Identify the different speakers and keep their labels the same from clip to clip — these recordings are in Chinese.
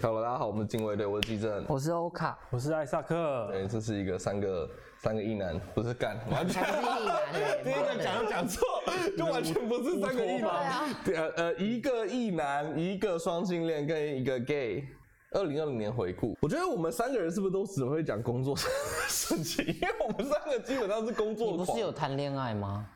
Speaker 1: Hello，大家好，我们是禁卫队，我是季正。
Speaker 2: 我是欧卡，
Speaker 3: 我是艾萨克，
Speaker 1: 对，这是一个三个三个一男，不 是干，完全
Speaker 2: 才不是一男 嘞
Speaker 1: 第一个讲就讲错，就完全不是三个一
Speaker 3: 无脱
Speaker 1: 男。对啊，呃，一个一男，一个双性恋，跟一个 gay。二零二零年回顾，我觉得我们三个人是不是都只会讲工作上的事情？因为我们三个基本上是工
Speaker 2: 你
Speaker 1: 作
Speaker 2: 不
Speaker 1: 狂
Speaker 2: 是。有谈恋爱吗？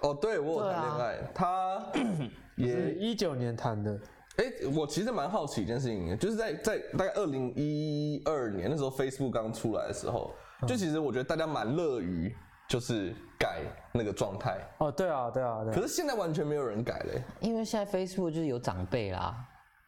Speaker 1: 哦，对我有
Speaker 2: 对
Speaker 1: 谈
Speaker 2: 啊
Speaker 1: 恋爱，他
Speaker 3: 是
Speaker 1: 也
Speaker 3: 一九年谈的，
Speaker 1: 哎、我其实蛮好奇一件事情，就是在在大概二零一二年那时候，Facebook 刚出来的时候，就其实我觉得大家蛮乐于就是改那个状态，
Speaker 3: 哦，对啊，对啊，对
Speaker 1: 可
Speaker 3: 啊，
Speaker 1: 是现在完全没有人改嘞、
Speaker 2: 因为现在 Facebook 就是有长辈啦，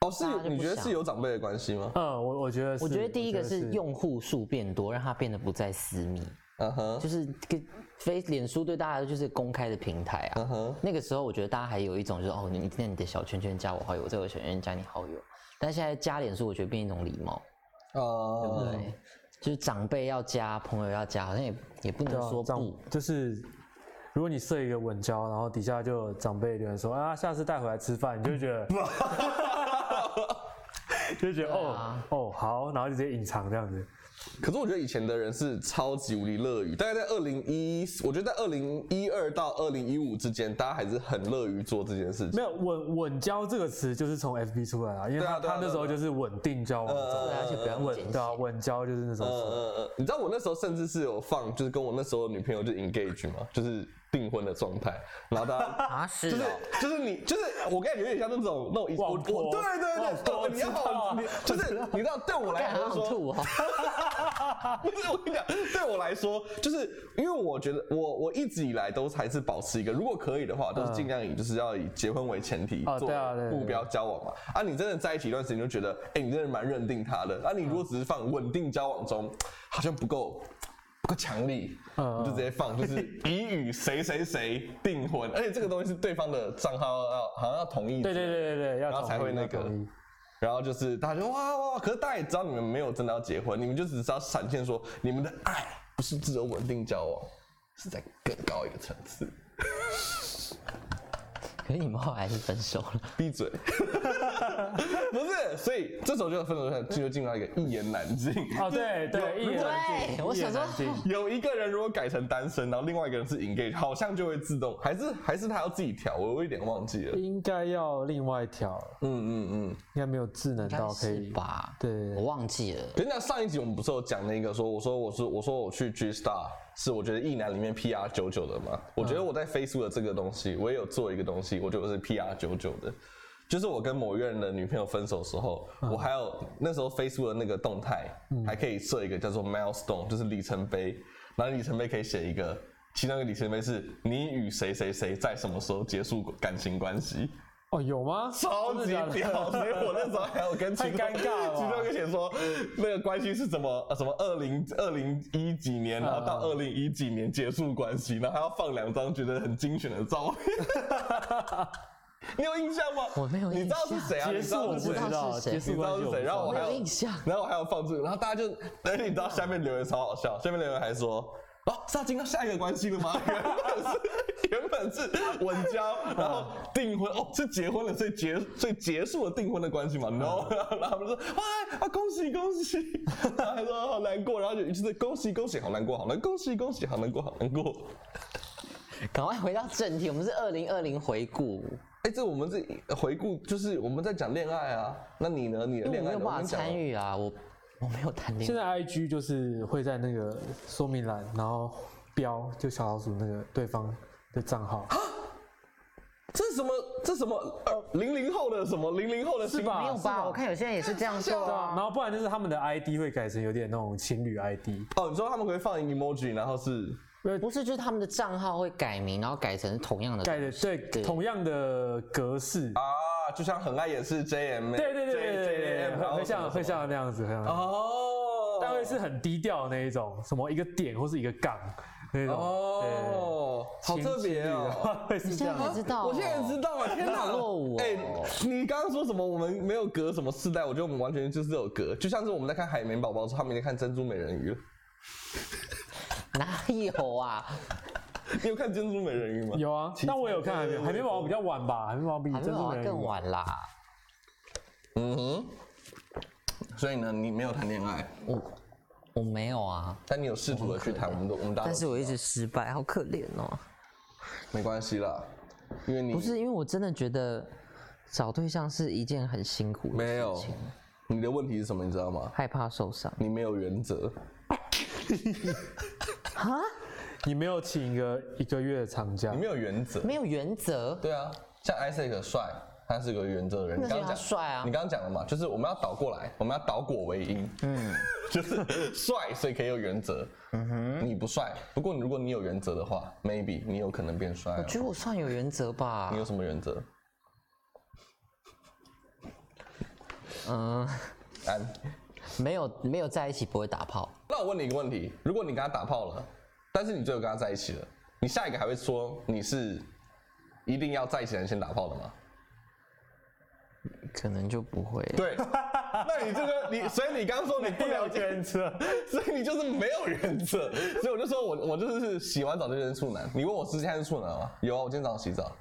Speaker 1: 哦，是有
Speaker 2: 大家就不
Speaker 1: 你觉得
Speaker 2: 想
Speaker 1: 是有长辈的关系吗？
Speaker 3: 嗯，我我觉得是，
Speaker 2: 我觉得第一个是
Speaker 3: 我觉得，
Speaker 2: 用户数变多，让它变得不再私密，
Speaker 1: 嗯哼，
Speaker 2: 就是跟 Face 脸书对大家就是公开的平台啊。
Speaker 1: 嗯哼，
Speaker 2: 那个时候我觉得大家还有一种就是哦，你今天你的小圈圈加我好友，我在我小圈圈加你好友，但现在加脸书我觉得变一种礼貌，对
Speaker 3: 嗯
Speaker 1: 哦、
Speaker 2: 不对？就是长辈要加，朋友要加，好像也也不能
Speaker 3: 对啊
Speaker 2: 说
Speaker 3: 长
Speaker 2: 不。
Speaker 3: 就是如果你设一个稳交，然后底下就有长辈留言说啊，下次带回来吃饭，你就会觉得，就会觉
Speaker 2: 啊对
Speaker 3: 得哦
Speaker 2: 啊
Speaker 3: 哦好，然后就直接隐藏这样子，
Speaker 1: 可是我觉得以前的人是超级无敌乐于，大概在二零一，我觉得在二零一二到二零一五之间，大家还是很乐于做这件事情
Speaker 3: 没。有稳稳交这个词就是从 FB 出来啊，因为
Speaker 1: 对啊
Speaker 3: 他
Speaker 1: 对啊
Speaker 3: 他那时候
Speaker 1: 对啊
Speaker 3: 就是稳定交往中
Speaker 2: 呃对，而且不要
Speaker 3: 稳
Speaker 2: 简
Speaker 3: 对啊，
Speaker 2: 写。呃
Speaker 3: 稳交就是那时候
Speaker 1: 嗯
Speaker 3: 说，
Speaker 1: 嗯嗯，你知道我那时候甚至是有放，就是跟我那时候的女朋友就 engage 嘛，就是订婚的状态，然后大家
Speaker 2: 啊，是
Speaker 1: 就是
Speaker 2: 哦，
Speaker 1: 就是你就是我感觉有点像那种那种一
Speaker 3: 网
Speaker 1: 我
Speaker 3: 婆
Speaker 1: 我对对
Speaker 3: 网
Speaker 1: 对
Speaker 3: 婆
Speaker 1: 对，你要
Speaker 3: 知道啊
Speaker 1: 你就是你知道对我来
Speaker 2: 干好
Speaker 1: 说
Speaker 2: 想吐哦。啊
Speaker 1: 不是我跟你讲，对我来说，就是因为我觉得我我一直以来都还是保持一个，如果可以的话，都是尽量以就是要以结婚为前提
Speaker 3: 嗯哦
Speaker 1: 做
Speaker 3: 对啊对对对
Speaker 1: 目标交往嘛。啊，你真的在一起一段时间，你就觉得，哎，你真的蛮认定他的。啊，你如果
Speaker 3: 嗯
Speaker 1: 只是放稳定交往中，好像不够。不够强力，
Speaker 3: 嗯
Speaker 1: 你就直接放， 就是已与谁谁谁订婚，而且这个东西是对方的账号要好像要同意之类的，
Speaker 3: 对对对对对，要
Speaker 1: 然后才
Speaker 3: 同
Speaker 1: 会
Speaker 3: 意
Speaker 1: 那
Speaker 3: 要
Speaker 1: 个
Speaker 3: 同意
Speaker 1: 然后就是大家就哇哇哇，可是大家也知道你们没有真的要结婚，你们就只是要闪现说你们的爱不是只有稳定交往，是在更高一个层次。
Speaker 2: 可是你们后来还是分手了，
Speaker 1: 闭嘴， 不是，所以这时候就分手就就进入到一个一言难尽。
Speaker 3: 哦，对对，一言难
Speaker 2: 对
Speaker 3: 尽。
Speaker 2: 我
Speaker 3: 一
Speaker 2: 想
Speaker 3: 言
Speaker 2: 说
Speaker 3: 难尽
Speaker 1: 有一个人如果改成单身，然后另外一个人是 engage，好像就会自动，还是还是他要自己调，我有一点忘记了。
Speaker 3: 应该要另外调，
Speaker 1: 嗯嗯嗯。
Speaker 3: 应该没有智能到可以
Speaker 2: 是？吧？
Speaker 3: 对对对
Speaker 2: 我忘记了。
Speaker 1: 人家上一集我们不是有讲那个说，我说我是我说我去 G Star 是我觉得一男里面 PR 九九的嘛，我觉得我在 Facebook 的这个东西，我也有做一个东西，我觉得我是 PR 九九的，就是我跟某一个人的女朋友分手的时候，我还有那时候 Facebook 的那个动态还可以设一个叫做 milestone，就是里程碑，然后里程碑可以写一个。其中一个里程碑是你与谁谁谁在什么时候结束感情关系，
Speaker 3: 哦，有吗？
Speaker 1: 超级
Speaker 3: 真的假
Speaker 1: 屌，所以我那时候还有跟其
Speaker 3: 太
Speaker 1: 中
Speaker 3: 尴尬了吧
Speaker 1: 其中一个写说那个关系是怎么呃什么二零二零一几
Speaker 3: 嗯
Speaker 1: 年，然后到二零一几年结束关系，然后还要放两张觉得很精选的照 片。你有印象吗？
Speaker 2: 我没有
Speaker 1: 你知道是
Speaker 2: 印象
Speaker 1: 谁啊？
Speaker 3: 结
Speaker 1: 你知
Speaker 3: 束我
Speaker 1: 道
Speaker 3: 不
Speaker 1: 是谁
Speaker 3: 知道，
Speaker 2: 是谁
Speaker 3: 结
Speaker 1: 你知
Speaker 3: 束
Speaker 1: 道是
Speaker 3: 关系我不
Speaker 1: 谁？然后我还有
Speaker 2: 没有印象
Speaker 1: 然后我还有放这个，然后大家就，而且你知道下面留言超好笑，下面留言还说。哦，是要进到下一个关系了吗？ 原本是原本是稳交，然后订婚哦，是结婚了，所以结所以结束了订婚的关系嘛？No，然后他们说哇啊恭喜恭喜，然后还说好难过，然后就就是恭喜恭喜，好难过好难，恭喜恭喜，好难过好难过。
Speaker 2: 赶快回到正题，我们是二零二零回顾，
Speaker 1: 哎、这我们哎这回顾就是我们在讲恋爱啊，那你呢？你的
Speaker 2: 因为
Speaker 1: 恋
Speaker 2: 我没
Speaker 1: 爱
Speaker 2: 有
Speaker 1: 呢
Speaker 2: 办法
Speaker 1: 我跟你讲啊
Speaker 2: 参与啊，我我没有谈恋
Speaker 3: 现
Speaker 2: 爱。
Speaker 3: 在 IG 就是会在那个说明栏，然后标就小老鼠那个对方的账号，
Speaker 1: 啊这是什么？这是什么？呃，零零后的什么？零零后的
Speaker 3: 是
Speaker 1: 新
Speaker 3: 吧？
Speaker 2: 没有
Speaker 3: 是吧
Speaker 2: 吧？我看有些人也是这样做
Speaker 3: 对啊，
Speaker 2: 啊。
Speaker 3: 然后不然就是他们的 ID 会改成有点那种情侣 ID，
Speaker 1: 哦，你说他们可以放 emoji，然后是
Speaker 2: 不是，就是他们的账号会改名，然后改成同样的
Speaker 3: 改的
Speaker 2: 东西
Speaker 3: 对同样的格式，
Speaker 1: 啊，就像很爱也是 JM，
Speaker 3: 对对对对对对对
Speaker 1: JM，
Speaker 3: 对，会
Speaker 1: 然后什么
Speaker 3: 像会像那样子，会像那样子
Speaker 1: 哦，
Speaker 3: 但会是很低调的那一种，什么一个点或是一个杠那种。哦，
Speaker 1: 哦，好特别哦。
Speaker 3: 情侣的话 会是
Speaker 2: 你
Speaker 3: 这
Speaker 2: 现在
Speaker 3: 样。
Speaker 2: 才知道哦、
Speaker 1: 我现在知道了，啊天哪！
Speaker 2: 好落伍哦
Speaker 1: 哎、你刚刚说什么？我们没有隔什么世代，我觉得我们完全就是有隔，就像是我们在看海绵宝宝的时候，他们已经看珍珠美人鱼 了。
Speaker 2: 哪有啊？
Speaker 1: 你有看珍珠美人鱼吗？
Speaker 3: 有啊，但我有看海
Speaker 1: 对对
Speaker 3: 绵
Speaker 1: 对
Speaker 3: 海绵宝宝比较晚吧，海绵宝宝比
Speaker 2: 还啊
Speaker 3: 珍
Speaker 2: 没有
Speaker 3: 珠
Speaker 2: 啊
Speaker 3: 美人鱼
Speaker 2: 更晚啦。
Speaker 1: 嗯哼，所以呢，你没有谈恋爱，
Speaker 2: 我我没有啊，
Speaker 1: 但你有试图的去谈，我们都我们大家
Speaker 4: 但
Speaker 1: 都
Speaker 4: 是我一直失败，好可怜哦。
Speaker 1: 没关系啦，因为你
Speaker 4: 不是因为我真的觉得找对象是一件很辛苦的
Speaker 1: 没
Speaker 4: 事
Speaker 1: 有
Speaker 4: 情，，
Speaker 1: 你的问题是什么？你知道吗？
Speaker 4: 害怕受伤。
Speaker 1: 你没有原则，
Speaker 3: 你没有请一个一个月的长假
Speaker 1: 你，没有原则，
Speaker 2: 没有原则，
Speaker 1: 对啊，像 Isaac 帅，他是个原则的人。
Speaker 2: 那
Speaker 1: 你
Speaker 2: 是因
Speaker 1: 刚
Speaker 2: 为
Speaker 1: 刚
Speaker 2: 他
Speaker 1: 讲
Speaker 2: 帅啊
Speaker 1: 你刚刚讲了嘛，就是我们要倒过来，我们要倒果为因，嗯， 就是帅，所以可以有原则。嗯哼，你不帅，不过你如果你有原则的话，maybe 你有可能变帅、
Speaker 2: 我
Speaker 1: 哦。
Speaker 2: 觉得我算有原则吧
Speaker 1: 你。有什么原则？
Speaker 2: 嗯，
Speaker 1: 安，
Speaker 2: 没有没有在一起不会打炮，
Speaker 1: 那我问你一个问题：如果你跟他打炮了，但是你最后跟他在一起了，你下一个还会说你是一定要在一起才能先打炮的吗？
Speaker 4: 可能就不会。
Speaker 1: 对，那你这个你，所以你刚刚说你不了解
Speaker 3: 原则，
Speaker 1: 所以你就是没有原则，所以我就说我我就是洗完澡就认处男。你问我是现在是处男吗？有啊，我今天早上洗澡。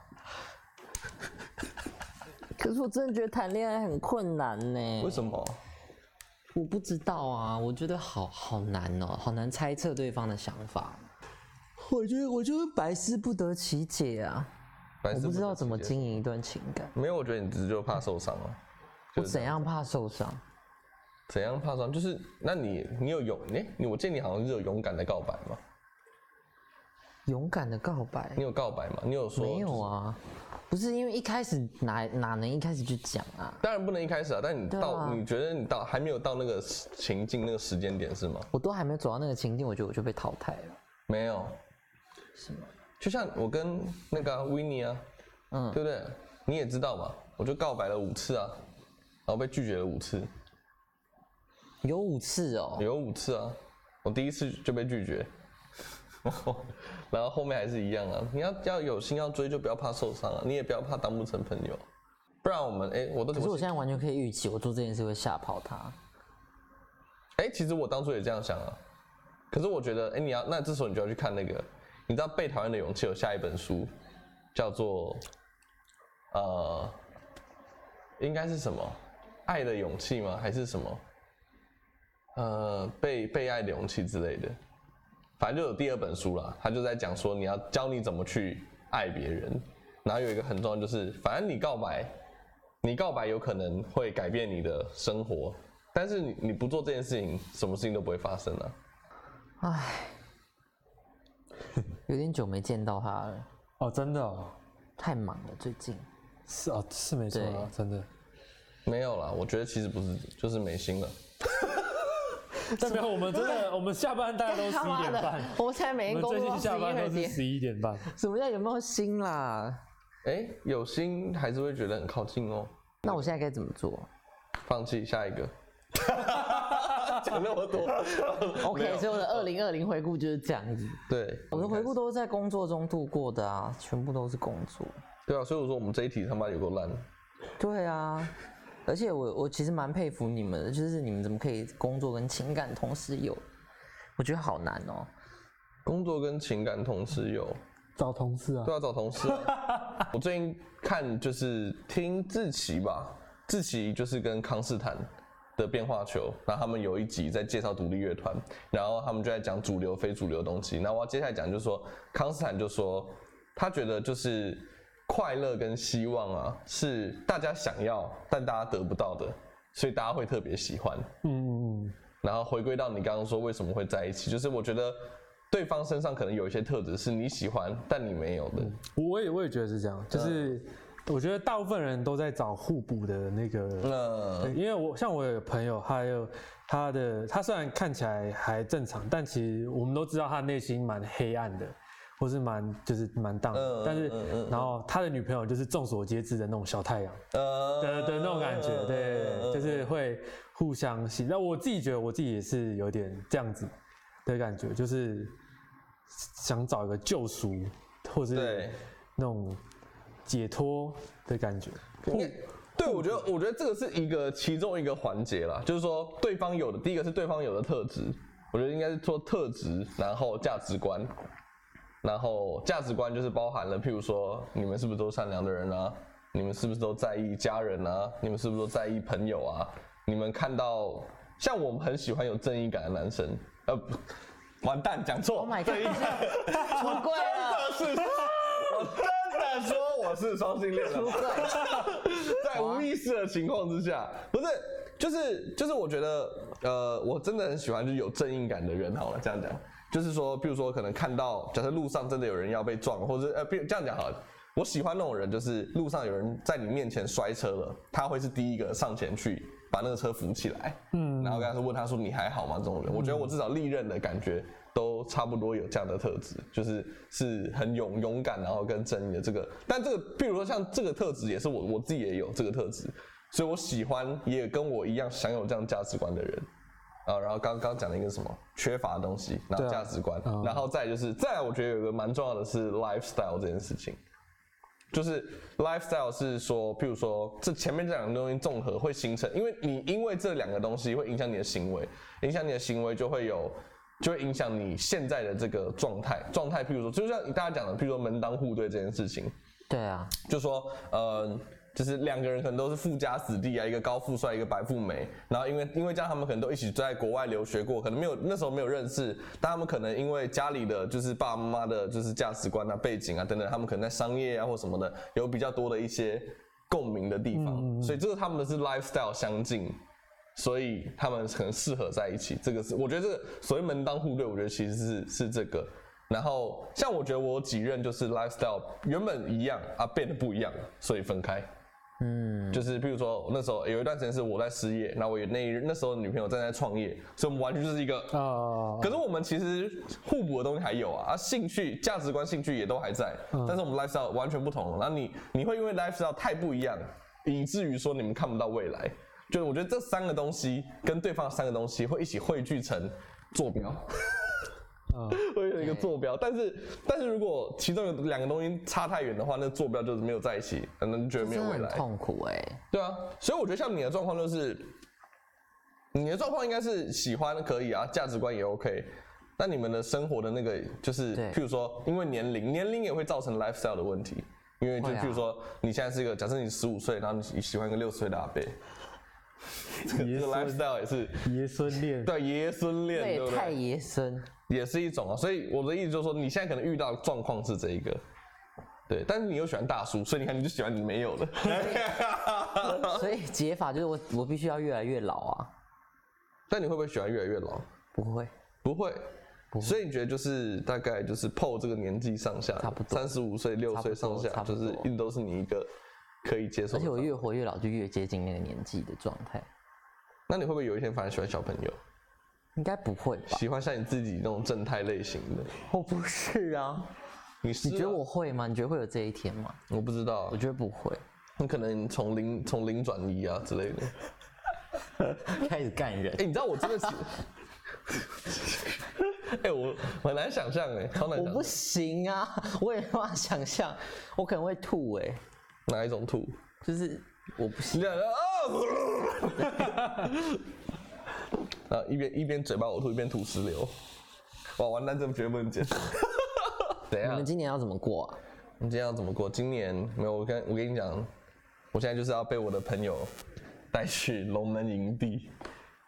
Speaker 4: 可是我真的觉得谈恋爱很困难呢
Speaker 1: 为。什么？
Speaker 2: 我不知道啊，我觉得好好难哦，好难猜测对方的想法。
Speaker 4: 我觉得我就是百思不得其解啊，
Speaker 1: 我
Speaker 4: 我不知道怎么。经营一段情感。
Speaker 1: 没有，我觉得你只是就怕受伤了。
Speaker 4: 我
Speaker 1: 就是
Speaker 4: 怎样怕受伤？
Speaker 1: 怎样怕受伤？就是那你你有勇哎、你我见你好像是有勇敢的告白嘛？
Speaker 4: 勇敢的告白
Speaker 1: 你？有告白吗？你有说
Speaker 4: 没有
Speaker 1: 就是
Speaker 4: 啊，不是因为一开始哪哪能一开始就讲啊？
Speaker 1: 当然不能一开始啊，但你
Speaker 4: 对啊
Speaker 1: 到、你觉得你到还没有到那个情境那个时间点是吗？
Speaker 4: 我都还没有走到那个情境，我觉得我就被淘汰了。
Speaker 1: 没有，
Speaker 4: 是吗？
Speaker 1: 就像我跟那个 w i n n i 啊，嗯，对不对？你也知道嘛，我就告白了五次啊，然后被拒绝了五次，
Speaker 2: 有五次哦，
Speaker 1: 有五次啊，我第一次就被拒绝， 然后然后后面还是一样啊。你要要有心要追，就不要怕受伤啊，你也不要怕当不成朋友，不然我们哎、我都
Speaker 2: 可是我现在完全可以预期，我做这件事会吓跑他。
Speaker 1: 哎、其实我当初也这样想啊，可是我觉得哎、你要那这时候你就要去看那个，你知道《被讨厌的勇气》有下一本书叫做呃，应该是什么？爱的勇气吗？还是什么？呃，被被爱的勇气之类的，反正就有第二本书啦，他就在讲说你要教你怎么去爱别人，然后有一个很重要就是，反正你告白，你告白有可能会改变你的生活，但是你你不做这件事情，什么事情都不会发生啊。
Speaker 4: 唉，
Speaker 2: 有点久没见到他了，
Speaker 3: 哦，真的哦，
Speaker 4: 太忙了，最近
Speaker 3: 是哦，是没错啊，真 的。
Speaker 1: 没有啦，我觉得其实不是，就是没心了。
Speaker 3: 代表我们真的，我们下班大概都十一点半，
Speaker 4: 我才每天
Speaker 3: 我们
Speaker 4: 工
Speaker 3: 最
Speaker 4: 作
Speaker 3: 近
Speaker 4: 到十
Speaker 3: 下
Speaker 4: 一
Speaker 3: 班
Speaker 4: 二
Speaker 3: 都是
Speaker 4: 点，
Speaker 3: 十一点半。
Speaker 4: 什么叫有没有心啦？
Speaker 1: 哎、有心还是会觉得很靠近哦。
Speaker 4: 那我现在该怎么做
Speaker 1: 放弃下一个，讲那么多。
Speaker 4: ？OK，所以我的二零二零回顾就是这样子，
Speaker 1: 对，
Speaker 4: 我的回顾都是在工作中度过的啊，全部都是工作。
Speaker 1: 对啊，所以我说我们这一题他妈有够烂。
Speaker 4: 对啊，而且我我其实蛮佩服你们的，就是你们怎么可以工作跟情感同时有？我觉得好难哦。
Speaker 1: 工作跟情感同时有，
Speaker 3: 找同事啊
Speaker 1: 对，啊，找同事啊、我最近看就是听志奇吧，志奇就是跟康斯坦的变化球，然后他们有一集在介绍独立乐团，然后他们就在讲主流非主流的东西。那我要接下来讲就是说，康斯坦就说他觉得就是快乐跟希望啊，是大家想要但大家得不到的，所以大家会特别喜欢。
Speaker 3: 嗯，嗯嗯
Speaker 1: 然后回归到你刚刚说为什么会在一起，就是我觉得对方身上可能有一些特质是你喜欢但你没有的。
Speaker 3: 我也我也觉得是这样，就是我觉得大部分人都在找互补的那个，
Speaker 1: 那
Speaker 3: 对因为我像我有个朋友，还有他的他虽然看起来还正常，但其实我们都知道他内心蛮黑暗的。或是蛮就是蛮荡
Speaker 1: 嗯嗯
Speaker 3: 的，但是
Speaker 1: 嗯嗯
Speaker 3: 然后他的女朋友就是众所皆知的那种小太阳，
Speaker 1: 呃
Speaker 3: 的的那种感觉，对对对，就是会互相吸。那我自己觉得我自己也是有点这样子的感觉，就是想找一个救赎，
Speaker 1: 对
Speaker 3: 或是那种解脱的感觉。
Speaker 1: 应该对，我觉得我觉得这个是一个其中一个环节啦，就是说对方有的第一个是对方有的特质，我觉得应该是说特质，然后价值观，然后价值观就是包含了，譬如说你们是不是都是善良的人啊，你们是不是都在意家人啊，你们是不是都在意朋友啊，你们看到像我们很喜欢有正义感的男生，呃，不完蛋，讲错
Speaker 4: Oh my god
Speaker 1: 正义 感，
Speaker 4: 出柜了，
Speaker 1: 我真的是，我真的说我是双性恋了
Speaker 4: 出
Speaker 1: 吧。
Speaker 4: 柜，
Speaker 1: 在无意识的情况之下，不是，就是就是，我觉得，呃，我真的很喜欢就是有正义感的人，好了，这样讲，就是说，比如说可能看到，假设路上真的有人要被撞，或者呃，比如这样讲好了。我喜欢那种人，就是路上有人在你面前摔车了，他会是第一个上前去把那个车扶起来，嗯，然后跟他说问他说你还好吗？这种人，我觉得我至少历任的感觉都差不多有这样的特质，就是是很勇勇敢，然后跟正义的这个。但这个，比如说像这个特质，也是我我自己也有这个特质，所以我喜欢也跟我一样享有这样价值观的人。啊，然后刚刚讲了一个什么缺乏的东西，然后
Speaker 3: 对啊
Speaker 1: 价值观，
Speaker 3: 嗯
Speaker 1: 然后再来就是再来，我觉得有一个蛮重要的是 lifestyle 这件事情。就是 lifestyle 是说，譬如说这前面这两个东西综合会形成，因为你因为这两个东西会影响你的行为，影响你的行为就会有，就会影响你现在的这个状态。状态，譬如说，就像大家讲的，譬如说门当户对这件事情，
Speaker 4: 对啊，
Speaker 1: 就说呃，就是两个人可能都是富家子弟啊，一个高富帅，一个白富美。然后因为因为这样，他们可能都一起在国外留学过，可能没有那时候没有认识，但他们可能因为家里的就是爸爸妈妈的就是价值观啊、背景啊等等，他们可能在商业啊或什么的有比较多的一些共鸣的地方，所以这个他们的是 lifestyle 相近。所以他们很适合在一起。这个是我觉得这个所谓门当户对，我觉得其实是是这个。然后像我觉得我有几任就是 lifestyle 原本一样啊，变得不一样了，所以分开。嗯，就是比如说那时候有一段时间是我在失业，然后我也那一那时候的女朋友正在创业，所以我们完全就是一个
Speaker 3: 啊
Speaker 1: 可是我们其实互补的东西还有啊，啊，兴趣、价值观、兴趣也都还在，但是我们 lifestyle 完全不同了。然后你你会因为 lifestyle 太不一样，以至于说你们看不到未来。就是我觉得这三个东西跟对方三个东西会一起汇聚成坐标，
Speaker 3: 啊，
Speaker 1: 会有一个坐标。但是但是如果其中有两个东西差太远的话，那坐标就是没有在一起，可能觉得
Speaker 4: 真
Speaker 1: 没有
Speaker 4: 的
Speaker 1: 未
Speaker 4: 很
Speaker 1: 来。
Speaker 4: 痛苦哎、
Speaker 1: 对啊，所以我觉得像你的状况就是，你的状况应该是喜欢可以啊，价值观也 OK。那你们的生活的那个就是，
Speaker 4: 对
Speaker 1: 譬如说，因为年龄，年龄也会造成 lifestyle 的问题。因为就
Speaker 4: 会啊
Speaker 1: 譬如说，你现在是一个，假设你十五岁，然后你喜欢一个六十岁的阿 伯，这个这个 lifestyle 也是
Speaker 3: 爷孙恋，
Speaker 1: 对啊爷孙恋，
Speaker 4: 这
Speaker 1: 对不
Speaker 4: 也太
Speaker 1: 对？
Speaker 4: 野生，
Speaker 1: 也是一种啊。所以我的意思就是说，你现在可能遇到的状况是这一个，对。但是你又喜欢大叔，所以你看你就喜欢你没有的。
Speaker 4: 所以解法就是我我必须要越来越老啊，
Speaker 1: 但你会不会喜欢越来越老？
Speaker 4: 不会，
Speaker 1: 不会。所以你觉得就是大概就是 PO 这个年纪上下，
Speaker 4: 差不多
Speaker 1: 三十五岁六岁上下，
Speaker 4: 差
Speaker 1: 就
Speaker 4: 不多
Speaker 1: 是一直都是你一个可以接受的
Speaker 4: 而且
Speaker 1: 范
Speaker 4: 我
Speaker 1: 围。
Speaker 4: 越活越老就越接近那个年纪的状态，
Speaker 1: 那你会不会有一天反而喜欢小朋友，
Speaker 4: 应该不会吧？
Speaker 1: 喜欢像你自己那种正太类型的？
Speaker 4: 我不是啊，
Speaker 1: 你是
Speaker 4: 你觉得
Speaker 1: 啊
Speaker 4: 我会吗？你觉得会有这一天吗？
Speaker 1: 我不知道
Speaker 4: 我，觉得不会，
Speaker 1: 你可能从零从零转移啊之类的。
Speaker 4: 开始干人
Speaker 1: 哎、。你知道我真的 是，哎、我我很难想象哎、超难
Speaker 4: 我不
Speaker 1: 想象
Speaker 4: 行啊，我也没办法想象，我可能会吐哎、
Speaker 1: 哪一种吐。
Speaker 4: 就是我不
Speaker 1: 你
Speaker 4: 行，
Speaker 1: 讲啊，然啊后一边一边嘴巴呕吐一边吐石榴，哇，完蛋，这绝对不能剪。 等一
Speaker 4: 你
Speaker 1: 下，
Speaker 4: 们今年要怎么过啊？
Speaker 1: 你今天要怎么过？今年没有，我跟我跟你讲，我现在就是要被我的朋友带去龙门营地。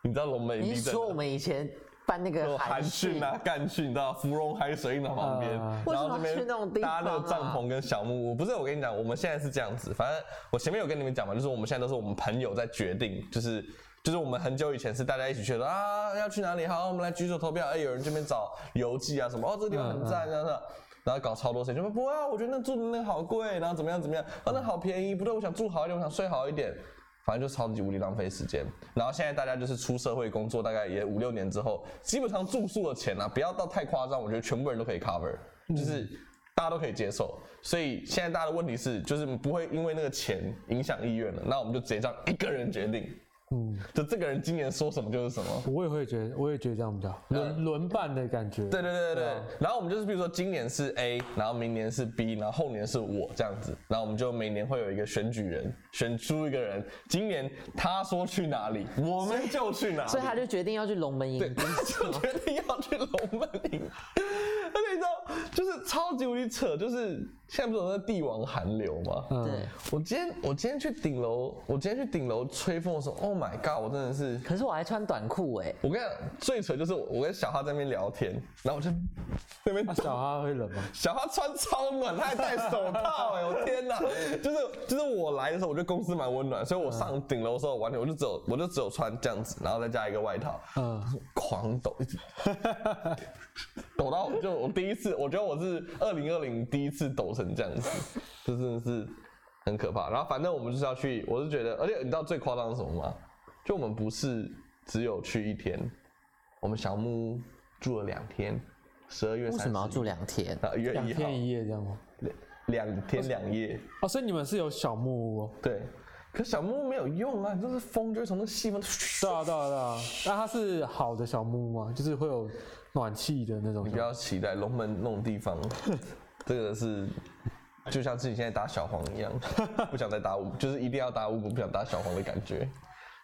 Speaker 1: 你知道龙门营
Speaker 4: 你哦
Speaker 1: 地
Speaker 4: 是
Speaker 1: 在
Speaker 4: 说我
Speaker 1: 哪？
Speaker 4: 们以前办那
Speaker 1: 有
Speaker 4: 个
Speaker 1: 韩
Speaker 4: 训
Speaker 1: 训啊、干训，你知道芙蓉海水印的旁边，
Speaker 3: 啊
Speaker 1: 然后
Speaker 4: 为什么要
Speaker 1: 这边
Speaker 4: 去那种地
Speaker 1: 搭那
Speaker 4: 方
Speaker 1: 个
Speaker 4: 啊
Speaker 1: 帐篷跟小木屋。不是，我跟你讲，我们现在是这样子，反正我前面有跟你们讲嘛，就是我们现在都是我们朋友在决定，就是。就是我们很久以前是大家一起去的啊，要去哪里？好，我们来举手投票。哎、有人这边找游记啊什么，哦，这个地方很赞，这样
Speaker 4: 嗯
Speaker 1: 这样，然后搞超多事情，就说不啊，我觉得那住的那个好贵，然后怎么样怎么样，啊，那好便宜，不对，我想住好一点，我想睡好一点，反正就超级无敌浪费时间。然后现在大家就是出社会工作，大概也五六年之后，基本上住宿的钱啊，不要到太夸张，我觉得全部人都可以 cover，就是大家都可以接受。所以现在大家的问题是，就是不会因为那个钱影响意愿了，那我们就直接这样一个人决定，
Speaker 3: 嗯，
Speaker 1: 就这个人今年说什么就是什么。
Speaker 3: 我也会觉得，我也觉得这样比较好轮轮办的感觉，
Speaker 1: 对对对对对
Speaker 3: 对
Speaker 4: 嗯
Speaker 3: 啊
Speaker 1: 然后我们就是比如说今年是 A，然后明年是 B，然后后年是我这样子，然后我们就每年会有一个选举人，选出一个人，今年他说去哪里，我们就去哪里，
Speaker 4: 所以他就决定要去龙门营
Speaker 1: 对， 就决定要去龙门营，而且你知道，就是超级无敌扯，就是现在不是有那帝王寒流吗？
Speaker 3: 嗯
Speaker 4: 对，
Speaker 1: 我今天我今天去顶楼，我今天去顶楼吹风的时候，Oh my god！我真的是，
Speaker 4: 可是我还穿短裤哎，
Speaker 1: 我跟你讲，最扯就是我我跟小哈在那边聊天，然后我就那边
Speaker 3: 那小哈会冷吗？
Speaker 1: 小哈穿超暖，他还戴手套、哎，我天哪！就是就是我来的时候，我觉得公司蛮温暖，所以我上顶楼的时候，完全我就只有我就只有穿这样子，然后再加一个外套，
Speaker 3: 嗯，
Speaker 1: 狂抖，一 直抖到就我第一次，我觉得我是二零二零第一次抖成这样子，这真的是很可怕。然后反正我们就是要去，我是觉得，而且你知道最夸张是什么吗？就我们不是只有去一天，我们小木屋住了两天，十二月
Speaker 2: 为
Speaker 1: 三
Speaker 2: 什
Speaker 1: 十
Speaker 2: 么要住两天？
Speaker 1: 啊，一月
Speaker 3: 两
Speaker 1: 一号
Speaker 3: 天。一夜这样吗？
Speaker 1: 两天两夜，
Speaker 3: 哦，所以你们是有小木屋哦？
Speaker 1: 对。可小木屋没有用啊，你就是风就会从那细缝，
Speaker 3: 对啊，对啊，对啊。那它是好的小木屋吗？就是会有暖气的那种
Speaker 1: 你不要期待龙门那种地 方，这个是就像自己现在打小黄一样，不想再打五，就是一定要打五股，不想打小黄的感觉。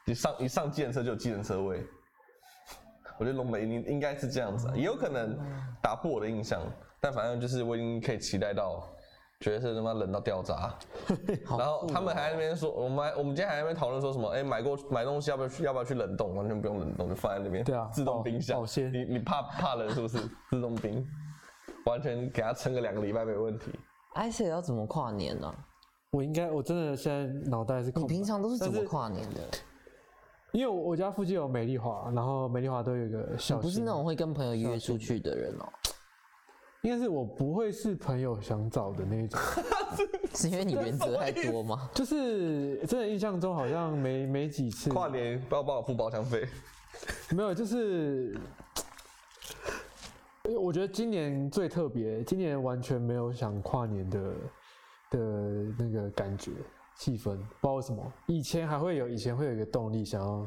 Speaker 1: 你上一上计程车就有计程车位，我觉得龙门应应该是这样子、
Speaker 3: 嗯
Speaker 1: 啊，也有可能打破我的印象，但反正就是我已经可以期待到，觉得是他妈冷到掉 渣。然后他们还在那边说，我们还我们今天还在那边讨论说什么？哎、买过买东西要不要去要不要去冷冻？完全不用冷冻，就放在那边。
Speaker 3: 对啊
Speaker 1: 自动冰箱。
Speaker 3: 保保鲜
Speaker 1: 你你怕怕冷是不是？自动冰，完全给它撑个两个礼拜没问题。
Speaker 4: i c 要怎么跨年呢、
Speaker 3: 我应该，我真的现在脑袋是空
Speaker 4: 你
Speaker 3: 白。
Speaker 4: 平常都是怎
Speaker 3: 但
Speaker 4: 么
Speaker 3: 是
Speaker 4: 跨年的？
Speaker 3: 因为我我家附近有美丽华，然后美丽华都有一个
Speaker 4: 你
Speaker 3: 小，
Speaker 4: 哦不是那，种会跟朋友约出去的人哦、
Speaker 3: 应该是我不会是朋友想找的那一种，
Speaker 4: 是因为你原则太多吗？
Speaker 3: 就是真的印象中好像没没几次
Speaker 1: 跨年不要帮我付包厢费，
Speaker 3: 没有，就是，因为我觉得今年最特别，今年完全没有想跨年的的那个感觉气氛，不知道为什么。以前还会有，以前会有一个动力想要，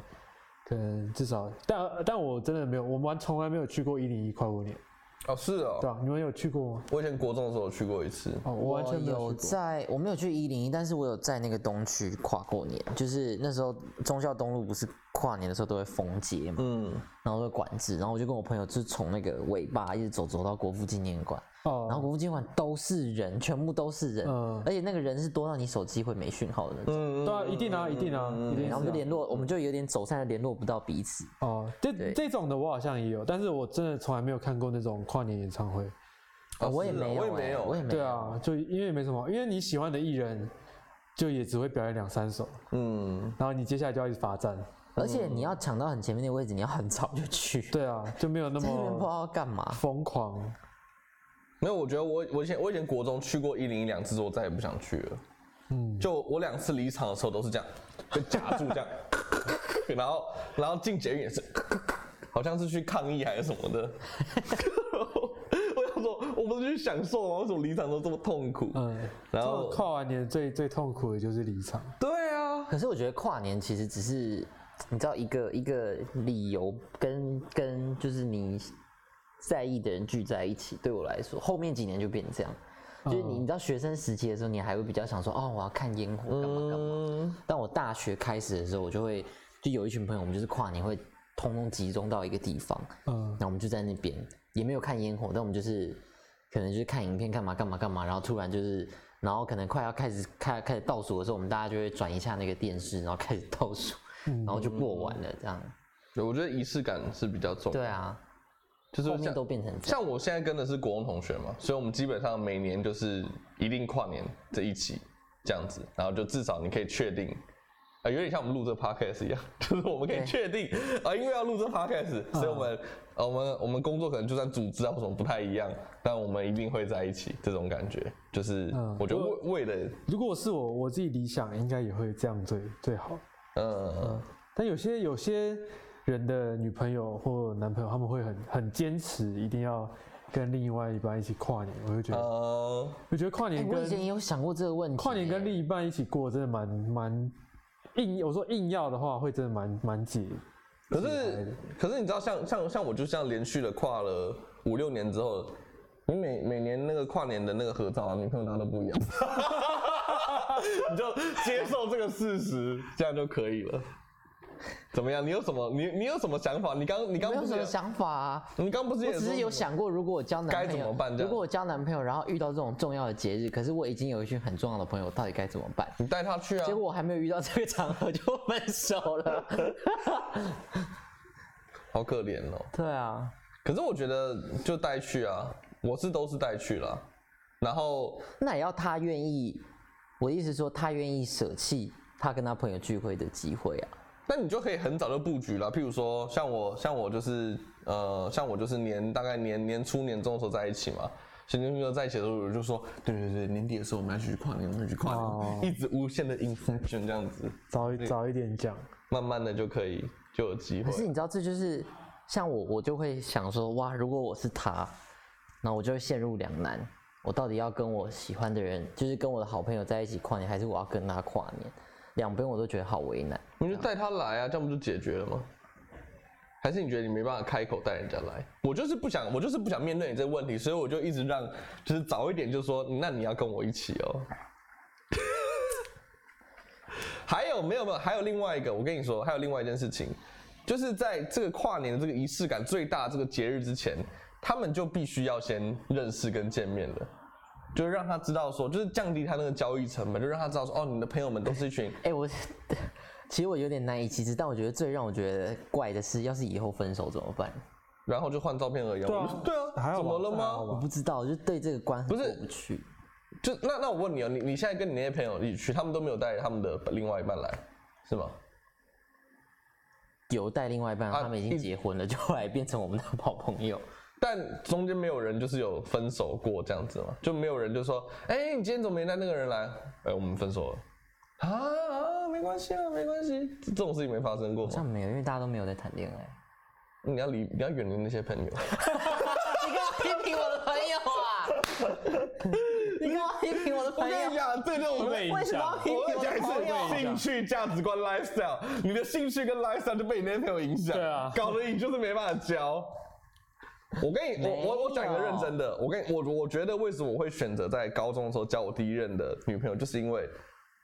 Speaker 3: 可能至少，但但我真的没有，我们从来没有去过一零一跨过年，
Speaker 1: 哦是哦
Speaker 3: 对，吧、你们有去过吗？
Speaker 1: 我以前国中的时候有去过一次，
Speaker 3: 哦，我完全没
Speaker 4: 有
Speaker 3: 有去过。
Speaker 4: 在，我没有去一零一，但是我有在那个东区跨过年，就是那时候忠孝东路不是跨年的时候都会封街嘛，
Speaker 1: 嗯，
Speaker 4: 然后都会管制，然后我就跟我朋友就是从那个尾巴一直走走到国父纪念馆，
Speaker 3: 哦，
Speaker 4: 然后国父纪念馆都是人，全部都是人，
Speaker 3: 嗯
Speaker 4: 而且那个人是多到你手机会没讯号的那种。
Speaker 1: 嗯
Speaker 3: 对啊，一定啊，一定啊，一定
Speaker 4: 对
Speaker 3: 是
Speaker 4: 然后我们就
Speaker 3: 啊
Speaker 4: 联络，我们就有点走散了，联络不到彼此。
Speaker 3: 哦，这
Speaker 4: 对
Speaker 3: 这种的我好像也有，但是我真的从来没有看过那种跨年演唱会。
Speaker 1: 哦
Speaker 4: 我也
Speaker 1: 是哦
Speaker 4: 没有、
Speaker 1: 我也
Speaker 4: 欸，
Speaker 1: 没有
Speaker 4: 我也没有。
Speaker 3: 对啊，就因为没什么，因为你喜欢的艺人，就也只会表演两三首，
Speaker 1: 嗯，
Speaker 3: 然后你接下来就要一直罚站。
Speaker 4: 而且你要抢到很前面的位置，你要很早就 去，在
Speaker 3: 对啊，就没有那
Speaker 4: 那边不知
Speaker 3: 么
Speaker 4: 道要干嘛。
Speaker 3: 疯狂。
Speaker 1: 没有，我觉得我我以前我以前国中去过一零一两次之后，我再也不想去了。
Speaker 3: 嗯，
Speaker 1: 就我两次离场的时候都是这样，就夹住这样，然后然后进捷运也是，好像是去抗议还是什么的。 我想说，我不是去享受吗？为什么离场都这么痛苦？
Speaker 3: 嗯，
Speaker 1: 然
Speaker 3: 然后
Speaker 1: 后
Speaker 3: 跨完年最最痛苦的就是离场。
Speaker 1: 对啊，
Speaker 4: 可是我觉得跨年其实只是，你知道一个一个理由跟跟就是你在意的人聚在一起，对我来说，后面几年就变这样。就是你，你知道学生时期的时候，你还会比较想说，哦，我要看烟火，干嘛干嘛。
Speaker 1: 嗯
Speaker 4: 但我大学开始的时候，我就会就有一群朋友，我们就是跨年会通通集中到一个地方，
Speaker 3: 嗯，
Speaker 4: 那我们就在那边，也没有看烟火，但我们就是可能就是看影片干嘛干嘛干嘛，然后突然就是，然后可能快要开始开开始倒数的时候，我们大家就会转一下那个电视，然后开始倒数，然后就过完了这样。
Speaker 1: 对我觉得仪式感是比较重要。
Speaker 4: 对，啊，
Speaker 1: 就是
Speaker 4: 后
Speaker 1: 像
Speaker 4: 面都变成这样。
Speaker 1: 像我现在跟的是国中同学嘛，所以我们基本上每年就是一定跨年在一起这样子，然后就至少你可以确定，啊、有点像我们录这 podcast 一样， 就是我们可以
Speaker 4: 对
Speaker 1: 确定啊、因为要录这 podcast，所以我们、呃我们我们工作可能就算组织啊或什么不太一样，但我们一定会在一起，这种感觉就是
Speaker 3: 嗯
Speaker 1: 我觉得为为了
Speaker 3: 如果是我我自己理想，应该也会这样最最好。
Speaker 1: 嗯
Speaker 3: 但有些有些人的女朋友或男朋友，他们会很很坚持，一定要跟另外一半一起跨年。我就觉得，
Speaker 1: 呃
Speaker 3: 我觉得跨
Speaker 4: 哎
Speaker 3: 年
Speaker 4: 我
Speaker 3: 跟
Speaker 4: 以前也有想过这个问题、
Speaker 3: 跨年跟另一半一起过，真的蛮蛮硬。我说硬要的话，会真的蛮蛮解。
Speaker 1: 可
Speaker 3: 起来
Speaker 1: 是
Speaker 3: 的，
Speaker 1: 可是你知道像，像像我就这样连续的跨了五六年之后，你每每年那个跨年的那个合照啊，女朋友拿的不一 样，你就接受这个事实，这样就可以了。怎么样？你有什么？你你有什么想法？你刚你刚
Speaker 4: 没有
Speaker 1: 不是
Speaker 4: 什么
Speaker 1: 也
Speaker 4: 想法啊。
Speaker 1: 你刚不是
Speaker 4: 我
Speaker 1: 也
Speaker 4: 只是
Speaker 1: 说
Speaker 4: 有
Speaker 1: 什么
Speaker 4: 想过，如果我交男
Speaker 1: 该
Speaker 4: 朋
Speaker 1: 怎
Speaker 4: 友
Speaker 1: 么办这，样
Speaker 4: 如果我交男朋友，然后遇到这种重要的节日，可是我已经有一群很重要的朋友，到底该怎么办？
Speaker 1: 你带他去啊
Speaker 4: 结？果我还没有遇到这个场合就分手了。
Speaker 1: 好可怜哦。
Speaker 4: 对啊，
Speaker 1: 可是我觉得就带去啊，我是都是带去了。然后
Speaker 4: 那也要他愿意。我的意思是说，他愿意舍弃他跟他朋友聚会的机会啊。
Speaker 1: 那你就可以很早就布局了。譬如说，像我，像我就是，呃，像我就是年大概年年初年中的时候在一起嘛，所以那时候在一起的时候，我就说，对对对，年底的时候我们要去跨年，我们要去跨年，
Speaker 3: 哦
Speaker 1: 一直无限的 inception 这样子，
Speaker 3: 早一早一点讲，
Speaker 1: 慢慢的就可以就有机
Speaker 4: 可是
Speaker 1: 会。
Speaker 4: 你知道，这就是像我，我就会想说，哇，如果我是他，那我就会陷入两难。我到底要跟我喜欢的人，就是跟我的好朋友在一起跨年，还是我要跟他跨年？两边我都觉得好为难。
Speaker 1: 你就带他来啊，这样不就解决了吗？还是你觉得你没办法开口带人家来？我就是不想，我就是不想面对你这个问题，所以我就一直让，就是早一点就说，那你要跟我一起哦。 还有没有没有？还有另外一个，我跟你说，还有另外一件事情，就是在这个跨年的这个仪式感最大这个节日之前，他们就必须要先认识跟见面了。就是让他知道说，就是降低他那个交易成本，就让他知道说，哦，你的朋友们都是一群
Speaker 4: 哎、我 其实我有点难以启齿，但我觉得最让我觉得怪的是，要是以后分手怎么办？
Speaker 1: 然后就换照片而已嘛。
Speaker 3: 对啊
Speaker 1: 我就对啊，
Speaker 3: 还好
Speaker 1: 怎
Speaker 3: 吧
Speaker 1: 么了
Speaker 3: 这还好
Speaker 1: 吗
Speaker 3: 吧？
Speaker 4: 我不知道，我就对这个关
Speaker 1: 不
Speaker 4: 过
Speaker 1: 是
Speaker 4: 不去。
Speaker 1: 就那那我问你哦，你你现在跟你那些朋友一起去，他们都没有带他们的另外一半来，是吗？
Speaker 4: 有带另外一半，
Speaker 1: 啊
Speaker 4: 他们已
Speaker 1: 一
Speaker 4: 经结婚了， 就后来变成我们的好朋友。
Speaker 1: 但中间没有人就是有分手过这样子嘛，就没有人就说，哎、你今天怎么没带那个人来？哎、我们分手了。啊啊，没关系啊，没关系，这种事情没发生过
Speaker 4: 好像
Speaker 1: 吗？
Speaker 4: 没有，因为大家都没有在谈恋爱。
Speaker 1: 你要离，你要远离那些朋友。
Speaker 4: 你干嘛批评我的朋友啊？你干嘛批评我的
Speaker 3: 哎
Speaker 4: 朋友？
Speaker 1: 讲，这就是
Speaker 4: 为为什么要批评我的朋友？啊
Speaker 1: 兴趣、价值观、lifestyle，你的兴趣跟 lifestyle 就被你那些朋友影响，
Speaker 3: 对啊
Speaker 1: 搞得你就是没办法交。我跟你，我我我
Speaker 4: 没有啊
Speaker 1: 讲一个认真的，我跟你我我觉得为什么我会选择在高中的时候交我第一任的女朋友，就是因为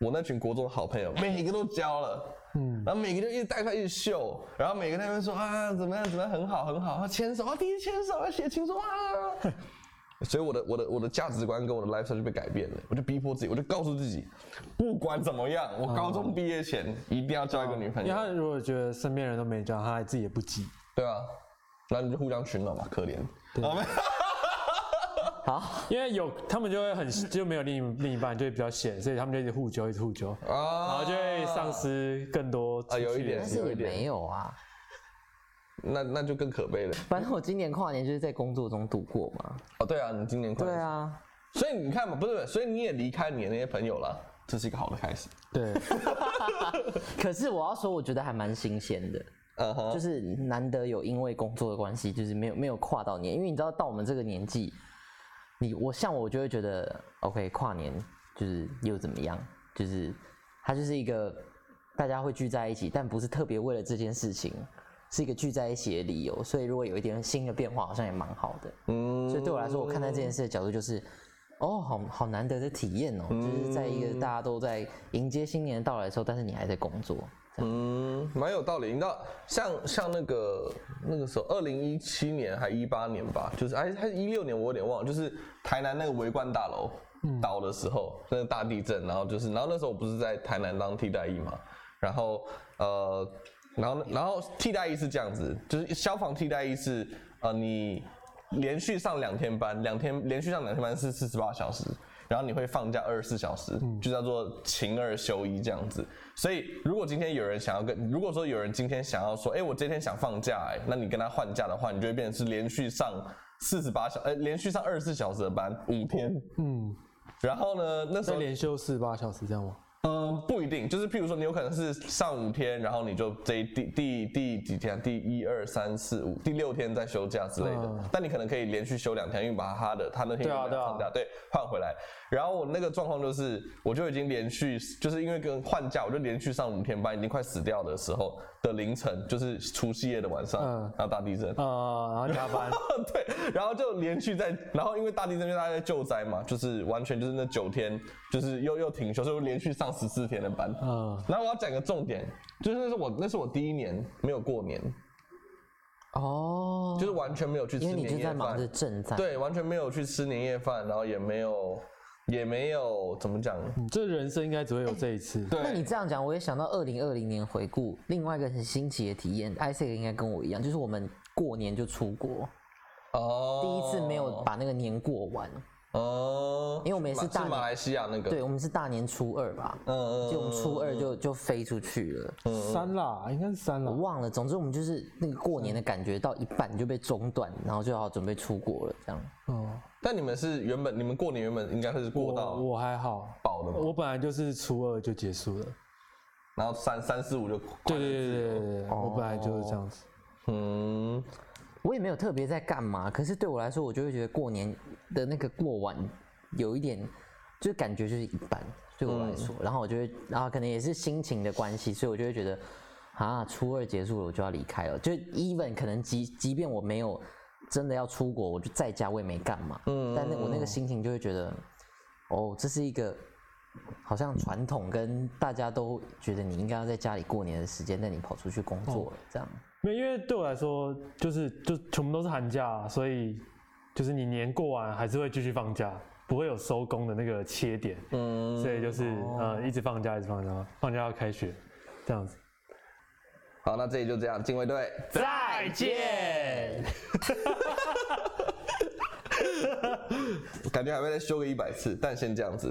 Speaker 1: 我那群国中好朋
Speaker 4: 嗯
Speaker 1: 友每个都交了，嗯，然后每个就一直带出来一直秀，然后每个在那边说啊怎么样怎么样很好很好，啊牵手啊第一次牵手啊写情书啊，所以我的我的我的价值观跟我的 lifestyle 就被改变了，我就逼迫自己，我就告诉自己，不管怎么样，我高中毕业前一定要交一个女朋
Speaker 3: 因为
Speaker 1: 友，
Speaker 3: 他如果觉得身边人都没教，他自己也不急。
Speaker 1: 对啊，然后你就互相取暖嘛，可怜，我们
Speaker 4: 好，
Speaker 3: 因为有他们就会很 就没有另一另一半，就会比较闲，所以他们就一直互揪，一直互揪，
Speaker 1: 啊，
Speaker 3: 然后就会丧失更多
Speaker 1: 啊有一
Speaker 3: 出去的
Speaker 1: 点
Speaker 4: 但
Speaker 3: 时
Speaker 4: 是也
Speaker 3: 间
Speaker 4: 没有啊。
Speaker 1: 那那就更可悲了。
Speaker 4: 反正我今年跨年就是在工作中度过嘛。
Speaker 1: 哦，对啊，你今年快
Speaker 4: 对，啊，
Speaker 1: 所以你看嘛，不是，所以你也离开你的那些朋友了，这是一个好的开始。
Speaker 3: 对，
Speaker 4: 可是我要说，我觉得还蛮新鲜的，
Speaker 1: 嗯哼，
Speaker 4: 就是难得有因为工作的关系，就是没有没有跨到年，因为你知道到我们这个年纪，你我像我就会觉得，OK，跨年就是又怎么样，就是它就是一个大家会聚在一起，但不是特别为了这件事情，是一个聚在一起的理由。所以如果有一点新的变化，好像也蛮好的。
Speaker 1: 嗯
Speaker 4: 所以对我来说，我看待这件事的角度就是，哦，好好难得的体验哦，就是在一个大家都在迎接新年的到来的时候，但是你还在工作。
Speaker 1: 嗯，蛮有道理。你知道，像像那个那个时候，二零一七年还一八年吧，就是还还一六年，我有点忘了，就是台南那个维冠大楼倒的时候，那个大地震，然后就是，然后那时候我不是在台南当替代役嘛，然后呃，然后呢然后替代役是这样子，就是消防替代役是呃你连续上两天班，两天连续上两天班是四十八小时，然后你会放假二十四小时，就叫做勤二休一这样子。所以如果今天有人想要跟，如果说有人今天想要说，哎、我今天想放假、哎，那你跟他换假的话，你就会变成是连续上四十八小，呃，连续上二十四小时的班五天。
Speaker 3: 嗯，
Speaker 1: 然后呢，那时
Speaker 3: 所以
Speaker 1: 候
Speaker 3: 连休四十八小时这样 吗？
Speaker 1: 嗯，不一定，就是譬如说，你有可能是上五天，然后你就这一第第第几天啊，第一二三四五，第六天在休假之类的。
Speaker 3: 嗯
Speaker 1: 但你可能可以连续休两天，因为把他的他那天
Speaker 3: 对啊
Speaker 1: 原本放假对换回来。然后我那个状况就是，我就已经连续就是因为跟换假，我就连续上五天班，已经快死掉的时候，的凌晨，就是除夕夜的晚上，
Speaker 3: 嗯
Speaker 1: 然后大地震，
Speaker 3: 啊，然后加班，
Speaker 1: 对，然后就连续在，然后因为大地震，因为大家在救灾嘛，就是完全就是那九天，就是又又停休，所以我连续上十四天的班。
Speaker 3: 嗯，
Speaker 1: 然后我要讲个重点，就是那是我那是我第一年没有过年，
Speaker 4: 哦，
Speaker 1: 就是完全没有去吃
Speaker 4: 因为
Speaker 1: 年
Speaker 4: 你
Speaker 1: 夜饭，
Speaker 4: 就在忙着赈灾，
Speaker 1: 对，完全没有去吃年夜饭，然后也没有也没有怎么讲，
Speaker 3: 你这人生应该只会有这一次。
Speaker 1: 对，
Speaker 4: 那你这样讲，我也想到二零二零年回顾另外一个很新奇的体验，Isaac 应该跟我一样，就是我们过年就出国，
Speaker 1: 哦
Speaker 4: 第一次没有把那个年过完。
Speaker 1: 哦，
Speaker 4: 因为我们也是
Speaker 1: 是
Speaker 4: 大
Speaker 1: 马
Speaker 4: 年
Speaker 1: 是马来西亚那个，
Speaker 4: 对，我们是大年初二吧，
Speaker 1: 嗯，嗯
Speaker 4: 就我们初二
Speaker 1: 嗯
Speaker 4: 就就飞出去了，
Speaker 3: 三啦，应该是三啦
Speaker 4: 我。忘了。总之我们就是那个过年的感觉到一半就被中断，然后就要准备出国了，这样。
Speaker 3: 嗯，
Speaker 1: 但你们是原本你们过年原本应该会是过
Speaker 3: 我
Speaker 1: 到
Speaker 3: 我还好，
Speaker 1: 饱的嘛，
Speaker 3: 我本来就是初二就结束了。
Speaker 1: 然后三三四五就
Speaker 3: 对对对对对对对，我本来就是这样子。
Speaker 1: 嗯，
Speaker 4: 我也没有特别在干嘛，可是对我来说，我就会觉得过年的那个过完有一点，就感觉就是一般对我来说。然后我就会，然后可能也是心情的关系，所以我就会觉得，啊，初二结束了，我就要离开了。就 even 可能即即便我没有真的要出国，我就在家我也没干嘛，嗯，但那我那个心情就会觉得，哦，这是一个。好像传统跟大家都觉得你应该要在家里过年的时间，但你跑出去工作了，这样。
Speaker 3: 没有，因为对我来说，就是就全部都是寒假，所以就是你年过完还是会继续放假，不会有收工的那个切点。嗯，所以就是、呃一直放假，一直放假，放假要开学，这样子。
Speaker 1: 好，那这里就这样，敬卫队。
Speaker 3: 再见。
Speaker 1: 感觉还会再修个一百次，但先这样子。